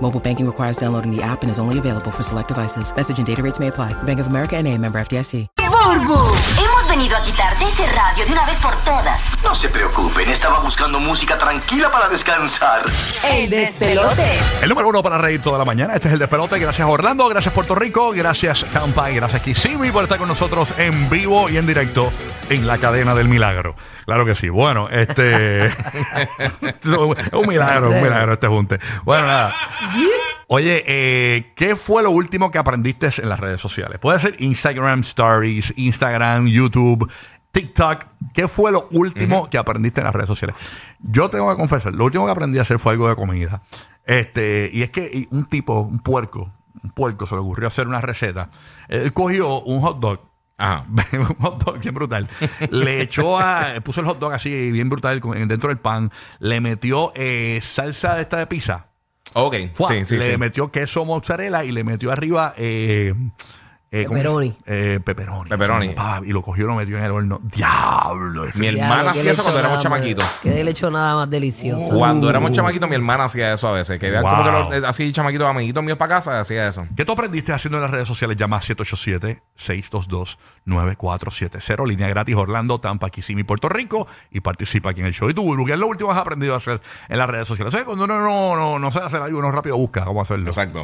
Mobile banking requires downloading the app and is only available for select devices. Message and data rates may apply. Bank of America and a member FDIC. Hemos venido a quitarte ese radio de una vez por todas. No se preocupen, estaba buscando música tranquila para descansar. ¡Ey, despelote! El número uno para reír toda la mañana. Este es el despelote. Gracias Orlando, gracias Puerto Rico, gracias Tampa y gracias Kissimmee por estar con nosotros en vivo y en directo en la cadena del milagro. Claro que sí. Bueno, este. es un milagro, un milagro este junte. Bueno, nada. Oye, eh, ¿qué fue lo último que aprendiste en las redes sociales? Puede ser Instagram Stories, Instagram, YouTube, TikTok. ¿Qué fue lo último que aprendiste en las redes sociales? Yo tengo que confesar, lo último que aprendí a hacer fue algo de comida. Este, y es que y un tipo, un puerco, un puerco se le ocurrió hacer una receta. Él cogió un hot dog. Ajá. un hot dog bien brutal. Le echó a. Puso el hot dog así, bien brutal, con- dentro del pan. Le metió eh, salsa de esta de pizza. Ok. Fua, sí, sí, le sí. metió queso mozzarella y le metió arriba eh, eh, ¿cómo se- Pepperoni. eh, pepperoni. Pepperoni. Ah, y lo cogió y lo metió en el horno. Diablo. eso- Mi Ya, hermana qué hacía eso cuando lechonada éramos chamaquitos. más- Qué lecho nada más delicioso. Uh. Cuando éramos chamaquitos, mi hermana hacía eso a veces. Que vean como que Wow. los- eh, así chamaquitos, amiguitos míos para casa, hacía eso. ¿Qué tú aprendiste haciendo en las redes sociales? Llama a 787-622-9470. Línea gratis Orlando, Tampa, Kissimmee, Puerto Rico. Y participa aquí en el show. Y tú, Burbu, ¿qué es lo último que has aprendido a hacer en las redes sociales? O sea, cuando uno no, no, no sabe hacer algo, uno rápido busca cómo hacerlo. Exacto.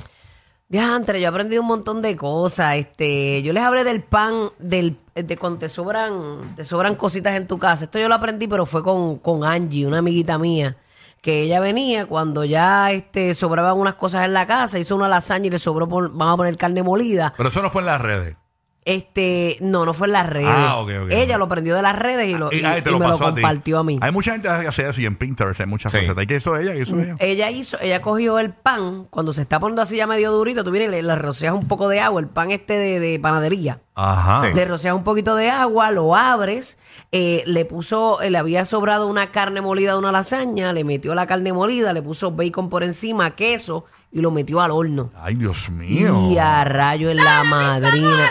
Diantre, yo aprendí un montón de cosas. Este, yo les hablé del pan, del, de cuando te sobran, te sobran cositas en tu casa. Esto yo lo aprendí, pero fue con, con Angie, una amiguita mía, que ella venía cuando ya este, sobraban unas cosas en la casa, hizo una lasaña y le sobró, por, vamos a poner carne molida. Pero eso no fue en las redes. Este, no, no fue en las redes. Ah, ok, ok. Ah, Ella lo aprendió de las redes y, lo, Y- y- ay, te y lo me lo pasó a ti. compartió a mí. Mm. Hay mucha gente que hace eso y en Pinterest hay muchas Sí. recetas. ¿Y qué hizo ella? ¿Qué hizo ella? Ella hizo, ella cogió el pan, cuando se está poniendo así ya medio durito, tú vienes y le, le rocias un poco de agua, el pan este de, de panadería. Ajá. Sí. Le rocias un poquito de agua, lo abres, eh, le puso, eh, le había sobrado una carne molida de una lasaña, le metió la carne molida, le puso bacon por encima, queso y lo metió al horno. Ay, Dios mío. Y a rayo en la madrina.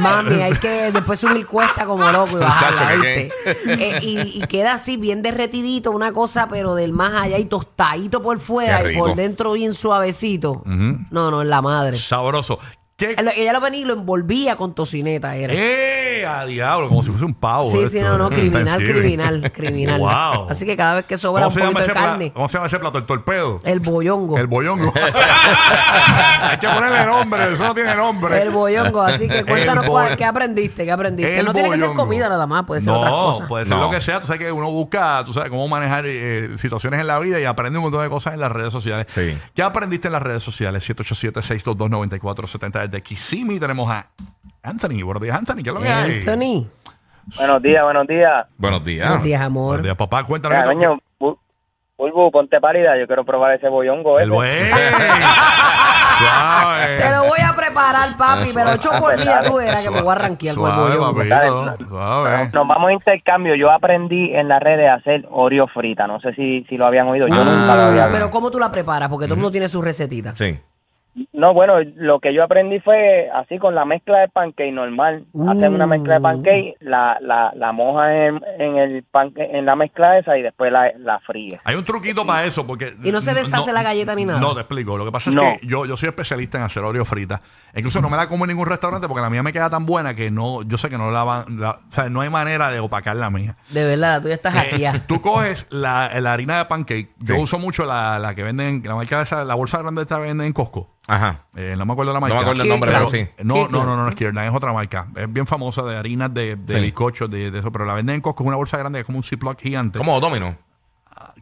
Mami, hay que después subir cuesta como loco y bajarla, Chacho, que ¿viste? Eh, y, y queda así bien derretidito, una cosa, pero del más allá y tostadito por fuera Qué y por rico. dentro bien suavecito. No, no, en la madre. Sabroso. ¿Qué? Él lo- Ella lo venía y lo envolvía con tocineta, era. ¡Eh! A diablo, como si fuese un pavo. Sí, sí, esto. no, no, criminal, Inofensivo. criminal, criminal. Wow. Así que cada vez que sobra un ¿Cómo se, llama poquito de ese pla- carne, ¿Cómo se llama ese plato? El torpedo. el boyongo. El boyongo. Hay que ponerle nombre, eso no tiene nombre. El boyongo, así que cuéntanos El cuál- boy- qué aprendiste, qué aprendiste. El no tiene que ser boyongo. comida nada más, puede ser no, otras cosas. puede ser No. lo que sea. Tú sabes que uno busca, tú sabes, cómo manejar eh, situaciones en la vida y aprende un montón de cosas en las redes sociales. Sí. ¿Qué aprendiste en las redes sociales? 787-622-9470 desde Kissimmee. Tenemos a Anthony. Buenos días, Anthony. ¿Qué es lo que hay? Anthony, Buenos días, buenos días. Buenos días. buenos días, Buenos amor. días, papá. Cuéntanos. Ya, ¿qué te- coño, Bu- Bulbu, ponte pálida. Yo quiero probar ese boyongo. El ese. buen. Te Suave. lo voy a preparar, papi, pero hecho por mí ya tú era que me voy a arranquear con el Suave, boyongo. papito. Suave. Nos vamos a intercambio. Yo aprendí en las redes a hacer Oreo frita. No sé si, si lo habían oído. Yo Ah. nunca lo había Pero ¿cómo tú la preparas? Porque todo el mundo tiene su recetita. Sí. No, bueno, lo que yo aprendí fue así con la mezcla de pancake normal. Uh. Hacen una mezcla de pancake, la, la, la mojas en, en el pancake, en la mezcla esa y después la, la fríes. Hay un truquito para eso porque... Y no se deshace la galleta ni nada. No, te explico. Lo que pasa No. es que yo, yo soy especialista en hacer Oreo frita. Incluso no me la como en ningún restaurante porque la mía me queda tan buena que no yo sé que no la van... la- o sea, no hay manera de opacar la mía. De verdad, tú ya estás Eh, aquí ya. tú coges la, la harina de pancake. Yo Sí. uso mucho la, la que venden, la marca de esa, la bolsa grande esta que venden en Costco. Ajá. Eh, no me acuerdo la me marca. acuerdo el nombre, Pero- pero sí. No, no, no, no, no es Kirkland, es otra marca. Es bien famosa de harinas, de, de Sí. bizcochos, de, de eso. Pero la venden en Costco, es una bolsa grande, es como un Ziploc gigante. ¿Cómo domino?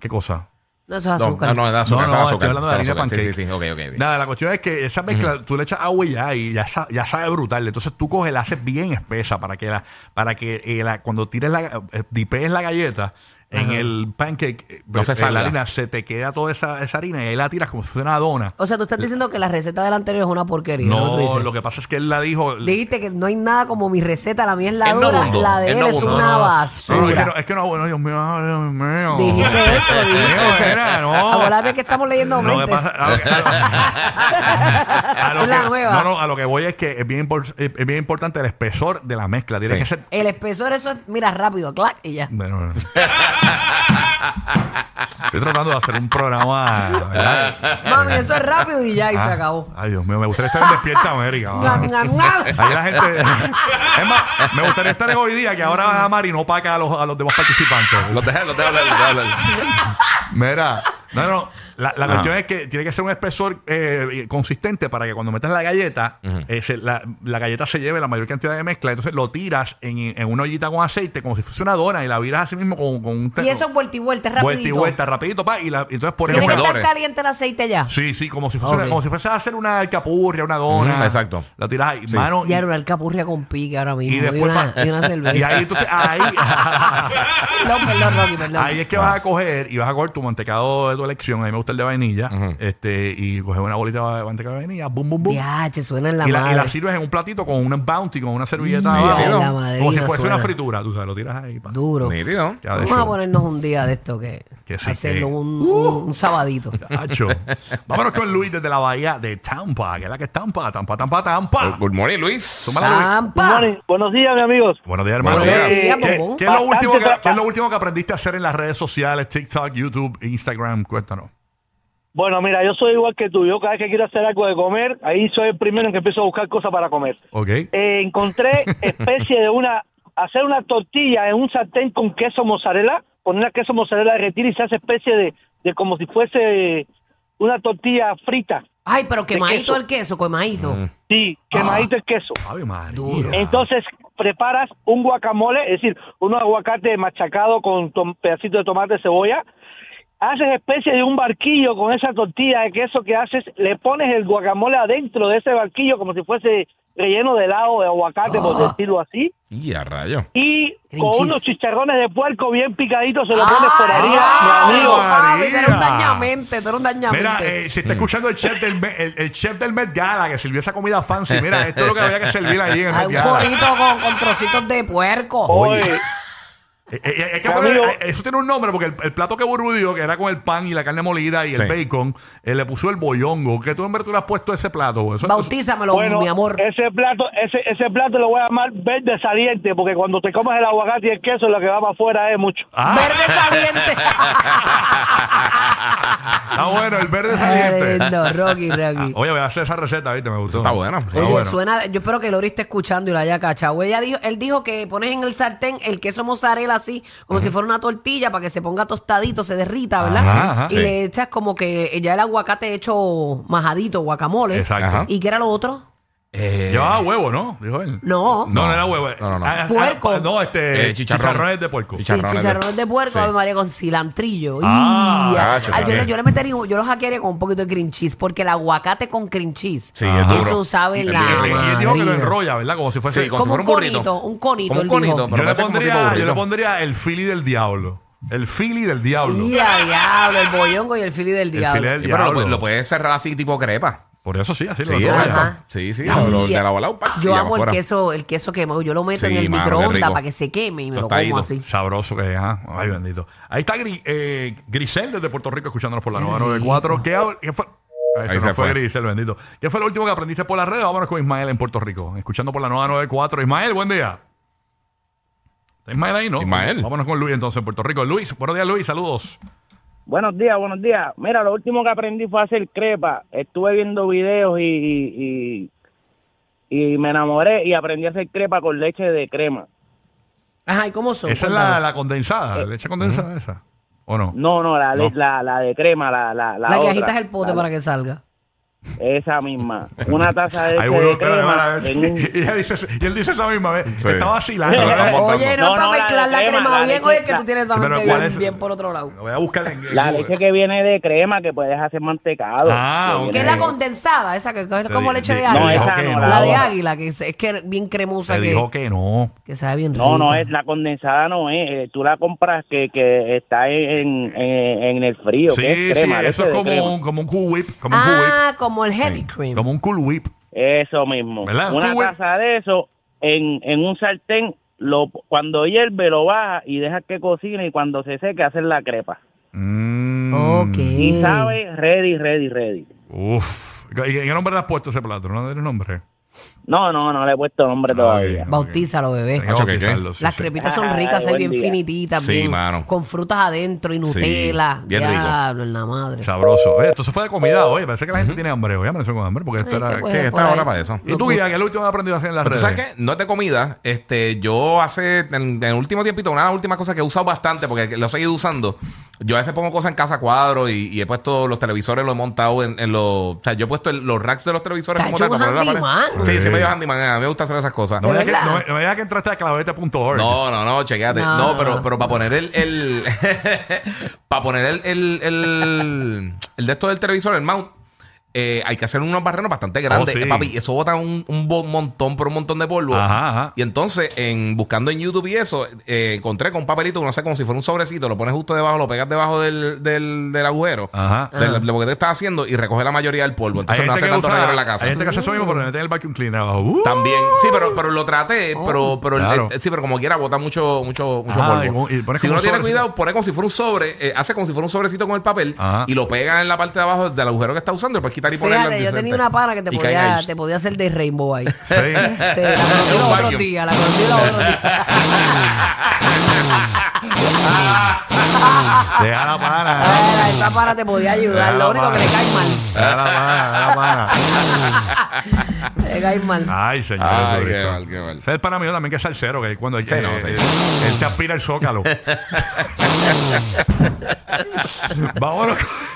¿Qué cosa? No, eso es No, azúcar. no, no, es No, azúcar, es no, azúcar. estoy hablando de es harina azúcar. Sí, sí, pancake. sí, ok, ok. bien. Nada, la cuestión es que esa mezcla, tú le echas agua y ya, y ya, sa- ya sabe brutal. Entonces tú coges, la haces bien espesa para que la, para que eh, la, cuando tires la, eh, dipees la galleta en el pancake, eh, No se eh, salga. la harina, se te queda toda esa, esa harina y ahí la tiras como si fuera una dona. O sea, tú estás diciendo que la receta del anterior es una porquería. ¿no? Tú No, dices. lo que pasa es que él la dijo. Dijiste que no hay nada como mi receta, la mía es la Él no dura, abundó, la de él él, no es abundó. una No, no, no. basura. No, es que no, es que no, bueno, Dios mío, ay, Dios mío. Dijiste eso, Dios mío, dijiste eso. era, no. Acuérdate que estamos leyendo Lo que mentes. pasa- a lo que- a lo- a lo Es la que- nueva. No, no, a lo que voy es que es bien, impor- es bien importante el espesor de la mezcla. Tiene Sí. que ser. El espesor, eso es, mira, rápido, clac, y ya. Bueno, bueno. Estoy tratando de hacer un programa. ¿verdad? Mami, eso es rápido y ya, y se Ah, acabó. Ay, Dios mío, me gustaría estar en Despierta América. Ñam, mano. ñam, ñam. Ahí la gente. Es más, me gustaría estar en hoy día que ahora vas a amar y no paga a los, a los demás participantes. Los dejé, los dejé hablar, los dejé hablar. Mira, no, no, la, Ah. la cuestión es que tiene que ser un espesor eh, consistente para que cuando metas la galleta, eh, se- la, la galleta se lleve la mayor cantidad de mezcla. Entonces lo tiras en, en una ollita con aceite, como si fuese una dona, y la viras así mismo con, con un Y eso es vuelta y vuelta, es rápido. Vuelta y vuelta, rapidito, pa, y, la, y entonces por Tiene eso. que estar Conocedores. caliente el aceite ya. Sí, sí, como si fuese, Ok. una, como si fuese a hacer una alcapurria, una dona. Ujú, exacto. La tiras ahí, mano. Ya y- era una alcapurria con pique ahora mismo. Y Y, después una, pa- y una cerveza. y ahí entonces, ahí. Perdón, perdón, Rocky, perdón. Ahí es que vas a coger y vas a coger tu mantecado de tu elección. A mí me gusta el de vainilla. este, y coges una bolita de mantecado de vainilla, bum, bum, bum. Diache, suena en la y, la, y madre. la sirves en un platito con una bounty, con una servilleta Ya, abajo, la madrina Como si fuese suena. una fritura. Tú sabes, lo tiras ahí. pa. Duro. Nítido. Ya, de Vamos hecho. a ponernos un día de esto que, Que sí, Uh. hacerlo que- un, un sabadito. Acho. Vámonos con Luis desde la bahía de Tampa, que es la que es Tampa, Tampa, Tampa, Good- Tampa. Good morning, Luis. Súmala, Luis. ¡Tampa! Buenos días, mis amigos. Buenos días, hermano. Buenos ¿Qué, días, qué- bombón. qué es lo último que, Bastante qué es lo último que aprendiste a hacer en las redes sociales? TikTok, YouTube, Instagram, cuéntanos. Bueno, mira, yo soy igual que tú. Yo cada vez que quiero hacer algo de comer, ahí soy el primero en que empiezo a buscar cosas para comer. ¿Ok? Eh, encontré especie de una... Hacer una tortilla en un sartén con queso mozzarella, poner queso mozzarella derretir y se hace especie de, de como si fuese una tortilla frita. Ay, pero quemadito queso. el queso, quemadito. Mm. Sí, quemadito el queso. Ave María. Duro. Entonces preparas un guacamole, es decir, unos aguacate machacado con tom- pedacito de tomate, cebolla. Haces especie de un barquillo con esa tortilla de queso que haces, le pones el guacamole adentro de ese barquillo como si fuese relleno de helado de aguacate, por decirlo así. Y a rayo. Y Green con cheese. unos chicharrones de puerco bien picaditos se lo Ah, pones por Ay, arriba, diablo, mi amigo. papi, tú eres un María. dañamente, tú eres un dañamente. Ah, Mira, eh, si está escuchando el chef del Me- el, el chef del Met Gala que sirvió esa comida fancy, mira, esto es lo que había que servir ahí en el Hay Met un Gala. corito con, con trocitos de puerco. Oye, Eh, eh, eh, hay que Mi poner- amigo. eh, eso tiene un nombre porque el, el plato que burbudió, que era con el pan y la carne molida y el Sí. bacon, eh, le puso el boyongo. ¿Qué tú nombre tú le has puesto a ese plato? Eso- Bautízamelo, bueno, mi amor. ese plato, ese, ese plato lo voy a llamar verde saliente, porque cuando te comes el aguacate y el queso, lo que va para afuera es mucho. Ah, Verde saliente. ah, bueno, el verde saliente. Ah, Lindo, Rocky, Rocky. Oye, voy a hacer esa receta, ¿viste? Me gustó. Eso está bueno. Está Oye, Ah, bueno. suena, yo espero que Lori esté escuchando y la haya cachado. Ella dijo, él dijo que pones en el sartén el queso mozzarella así, como si fuera una tortilla para que se ponga tostadito, se derrita, ¿verdad? Ajá, ajá, y sí. le echas como que ya el aguacate hecho majadito, guacamole. Exacto. Ajá. ¿Y qué era lo otro? Eh, Llevaba huevo, ¿no? Dijo él. No. No, no era huevo. No, no, no. Ah, ah, Puerco. ah, no, este. Eh, chicharrón. Chicharrones de puerco. Sí, Chicharrones de- chicharrones de puerco, Sí. Ave María, con cilantrillo. Ah, ¡Ya! gacho, Ay, yo, también. le- yo le metería, yo los hackearía con un poquito de cream cheese, porque el aguacate con cream cheese. Sí, es duro. Eso sabe Es la bien rico. Y él dijo que lo madrina. enrolla, ¿verdad? Como si fuese. Sí, como si Como fuera un un burrito. conito, un conito. Como un él conito, dijo. yo, pero le parece como tipo pondría, yo burrito. le pondría el fili del diablo. El fili del diablo. Y a diablo, el boyongo y el fili del El diablo. fili del Sí, pero diablo. lo, pu- lo puedes cerrar así tipo crepa. Por eso sí, así Sí, lo enrolla. exacto. Ajá. Sí, sí. Ay, lo- de la bola, un par, sí, Yo ya amo el afuera. queso, el queso quemado. Yo lo meto Sí, en el mano, qué microondas rico. para que se queme y me Tostadito. lo como así. Sabroso que es, ¿ah? ay bendito. Ahí está Gri- eh, Grisel desde Puerto Rico escuchándonos por la 994. ¿Qué, hab- qué fue? Eso Ahí no se fue fue. Grisel, bendito. ¿Qué fue lo último que aprendiste por las redes? Vámonos con Ismael en Puerto Rico, escuchando por la 994. Ismael, buen día. ¿Está Ismael ahí, ¿no? Ismael. Vámonos con Luis entonces en Puerto Rico. Luis, buenos días Luis, saludos. Buenos días, buenos días. Mira, lo último que aprendí fue a hacer crepa. Estuve viendo videos y, y, y- y me enamoré y aprendí a hacer crepa con leche de crema. Ajá, ¿y cómo son? Esa es la, Cuéntanos. la condensada, Eh, la leche condensada ¿Mm? esa. ¿O no? No, no, la, le- No. La, la de crema, la, la, la La que otra. agitas el pote La- para que salga. Esa misma. Una taza de, ese Ahí voy a de volver a llamar a crema. ver. en un- Y, ella dice, y él dice esa misma vez. Sí. Está vacilando. Pero ¿verdad? estamos- Oye, No, no, es para no, la de mezclar la crema, crema la bien, de oye, que- que tú la- tienes esa Pero mente ¿cuál bien, es? bien por otro lado. Lo voy a buscar en, en La Google. leche que viene de crema, que puedes hacer mantecado. Ah, Que ok. Que es viene- la condensada, esa que es como Te di- leche de te No, dijo águila. esa que no, La de ahora. águila, que es, es que es bien cremosa, Te que, dijo que no. que sabe bien No, no, rica. es la condensada no es. eh, Tú la compras que, que está en, en, en el frío, Sí, que es crema. sí, leche eso es de crema. como un, como un cool whip. Como un cool whip. Ah, como el heavy cream. Como un cool whip. Eso mismo. ¿Verdad? Una Tú, güey. taza de eso en, en un sartén, lo, cuando hierve lo baja y dejas que cocine y cuando se seque haces la crepa. Mm. Ok. Y sabe, ready, ready, ready. Uf. ¿Y qué nombre le has puesto a ese plato? ¿No le el Eh. nombre? No, no, no le he puesto nombre todavía. ok. Bautízalo, bebé. Tengo Macho, que ¿qué, qué? bautizarlo, sí, Las sí. crepitas son Ay, ricas, ahí Ah, buen bien día. finititas, Sí, bien, mano. con frutas adentro y Nutella. bien rico. Diablo, en la madre. Sabroso. Oye, entonces fue de Oh. comida hoy. Parece que la gente tiene hambre hoy. Amaneció con hambre porque esto Ay, era... qué bueno. Sí, por esta ahí. hora para eso. ¿Y tú, Guía, que es lo último que has aprendido a hacer en las Pero tú redes? sabes que no es de comida. Este, yo hace, en, en el último tiempito, una de las últimas cosas que he usado bastante, porque lo he seguido usando. Yo a veces pongo cosas en casa cuadro y, y he puesto los televisores, los he montado en, en los. O sea, yo he puesto el- los racks de los televisores Te has hecho un para poner en la pared. handyman. Sí, sí, Sí. medio handyman. A mí me gusta hacer esas cosas. No ¿De me digas que, verdad? no, me- no me digas que entraste a clavete.org. No, no, no, chequéate. No, No, no, pero, no. pero para poner el. el para poner el, el, el, el de esto del televisor, el mount, eh, hay que hacer unos barrenos bastante grandes. Oh, sí. Eh, papi, eso bota un, un bo- montón por un montón de polvo. Ajá, ajá. Y entonces, en, buscando en YouTube y eso, eh, encontré con un papelito, no sé, como si fuera un sobrecito, lo pones justo debajo, lo pegas debajo del, del, del agujero. Ajá. De, lo- de lo que te estás haciendo y recoge la mayoría del polvo. Hay Ah. Entonces no gente, hace que tanto usa- reguero en la casa. hay gente que hace eso mismo, pero le meten el vacuum cleaner abajo. ¡Uh! También. Sí, pero, pero lo traté, Oh. pero, pero el- Claro. el- sí, pero como quiera bota mucho, mucho, mucho Ah, y polvo. como- y pones si como uno un tiene sobrecito. cuidado, pone como si fuera un sobre, eh, hace como si fuera un sobrecito con el papel Ajá. y lo pega en la parte de abajo del agujero que está usando y puedes quitar y ponerlo. Fíjate, yo adyacente. tenía una pana que te Y caen podía, ahí. te podía hacer de rainbow ahí. Sí. Sí, la conocí Un los otros vacuum. días, la conocí los otros días. Deja la pana. Era, Ah, Esa pana te podía ayudar, Déjala, lo único que le pana. cae mal. Deja la pana, deja la pana. Le cae mal. Ay, señor. Ay, Jesucristo. qué mal, qué mal. Ese es el pana mío también que es salsero, que cuando él, Sí, no, eh, sí. eh, él se aspira el zócalo. Vámonos. con-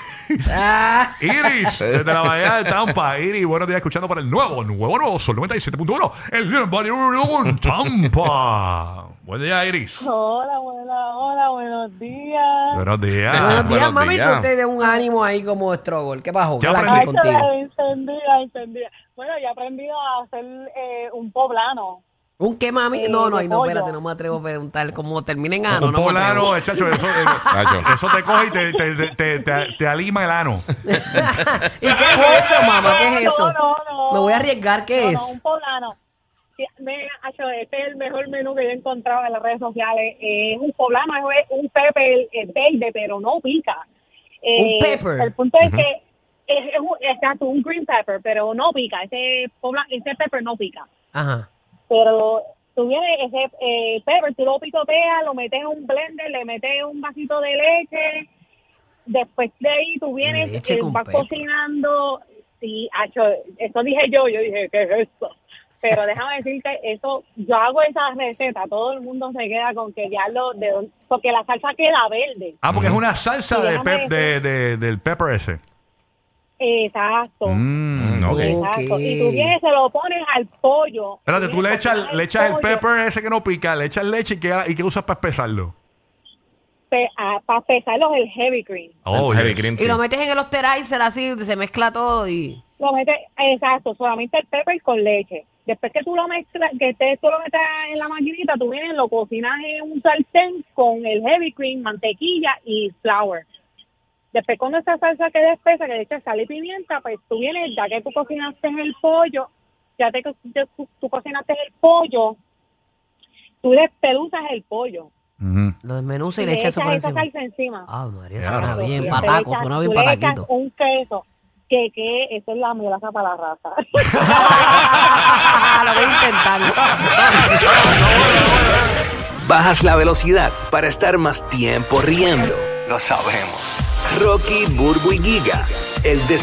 Ah, Iris, desde la Bahía de Tampa. Iris, buenos días, escuchando para el nuevo, nuevo, nuevo Sol 97.1, el Little Body Room, Tampa. Buen día, Iris. Hola, hola, hola, buenos días. Ah, Buenos días. Buenos días, buenos mami, días. tú te de un ánimo ahí como Strogol. ¿Qué pasó? ¿Qué Hola, aprendí? aquí Ay, que contigo. la encendida, encendida. Bueno, yo he aprendido a hacer eh, un poblano. ¿Un qué, mami? Eh, No, no, de ay, no, pollo. espérate, no me atrevo a preguntar cómo termina en ano. Un No me atrevo. polano, chacho, eso, eh, Nacho. eso te coge y te, te, te, te, te- te alima el ano. ¿Y qué es eso, mamá? ¿Qué es eso? No, no, no. Me voy a arriesgar, No, ¿qué no, un es? poblano. Sí, Mira, Acho, este es el mejor menú que yo he encontrado en las redes sociales. Eh, un poblano es un pepper eh, verde, pero no pica. Eh, Un pepper. El punto es que es, es un, exacto, un green pepper, pero no pica. Ese, pobla, ese pepper no pica. Ajá. pero tú vienes ese eh, pepper, tú lo picoteas, lo metes en un blender, le metes un vasito de leche, después de ahí tú vienes, Leche eh, con vas pepper. cocinando, sí, acho, eso dije yo, yo dije, ¿qué es esto? Pero déjame decirte, eso, yo hago esa receta, todo el mundo se queda con que ya lo, de, dónde- porque la salsa queda verde. Ah, porque es una salsa Sí, de déjame pep- de, de- del pepper ese. Exacto. Mm. Mm, ok. Exacto. Y tú vienes, se lo pones al pollo. Espérate, tú le echas, le echas el pepper pepper ese que no pica, le echas leche y qué, y qué usas para espesarlo. Para pesarlos el heavy cream. Oh, Heavy yes. cream, Y sí. lo metes en el osterizer así, se mezcla todo y... lo metes, exacto, solamente el pepper con leche. Después que tú lo mezclas, que te, tú lo metas en la maquinita, tú vienes, lo cocinas en un sartén con el heavy cream, mantequilla y flour. Después cuando esa salsa quede espesa, que le echas sal y pimienta, pues tú vienes, ya que tú cocinaste el pollo, ya te, co- te- tú, tú cocinaste el pollo, tú despeluzas el pollo. Ujú. Lo desmenuza Y y le le echa echas eso por esa encima. salsa encima. Ah, María, Ya. suena Exacto, y bien, le pataco, echas- suena bien tú le echas pataquito. un queso, que, que eso es la melaza para la raza. lo voy a intentar. Bajas la velocidad para estar más tiempo riendo. Lo sabemos. Rocky, Burbu y Giga, el des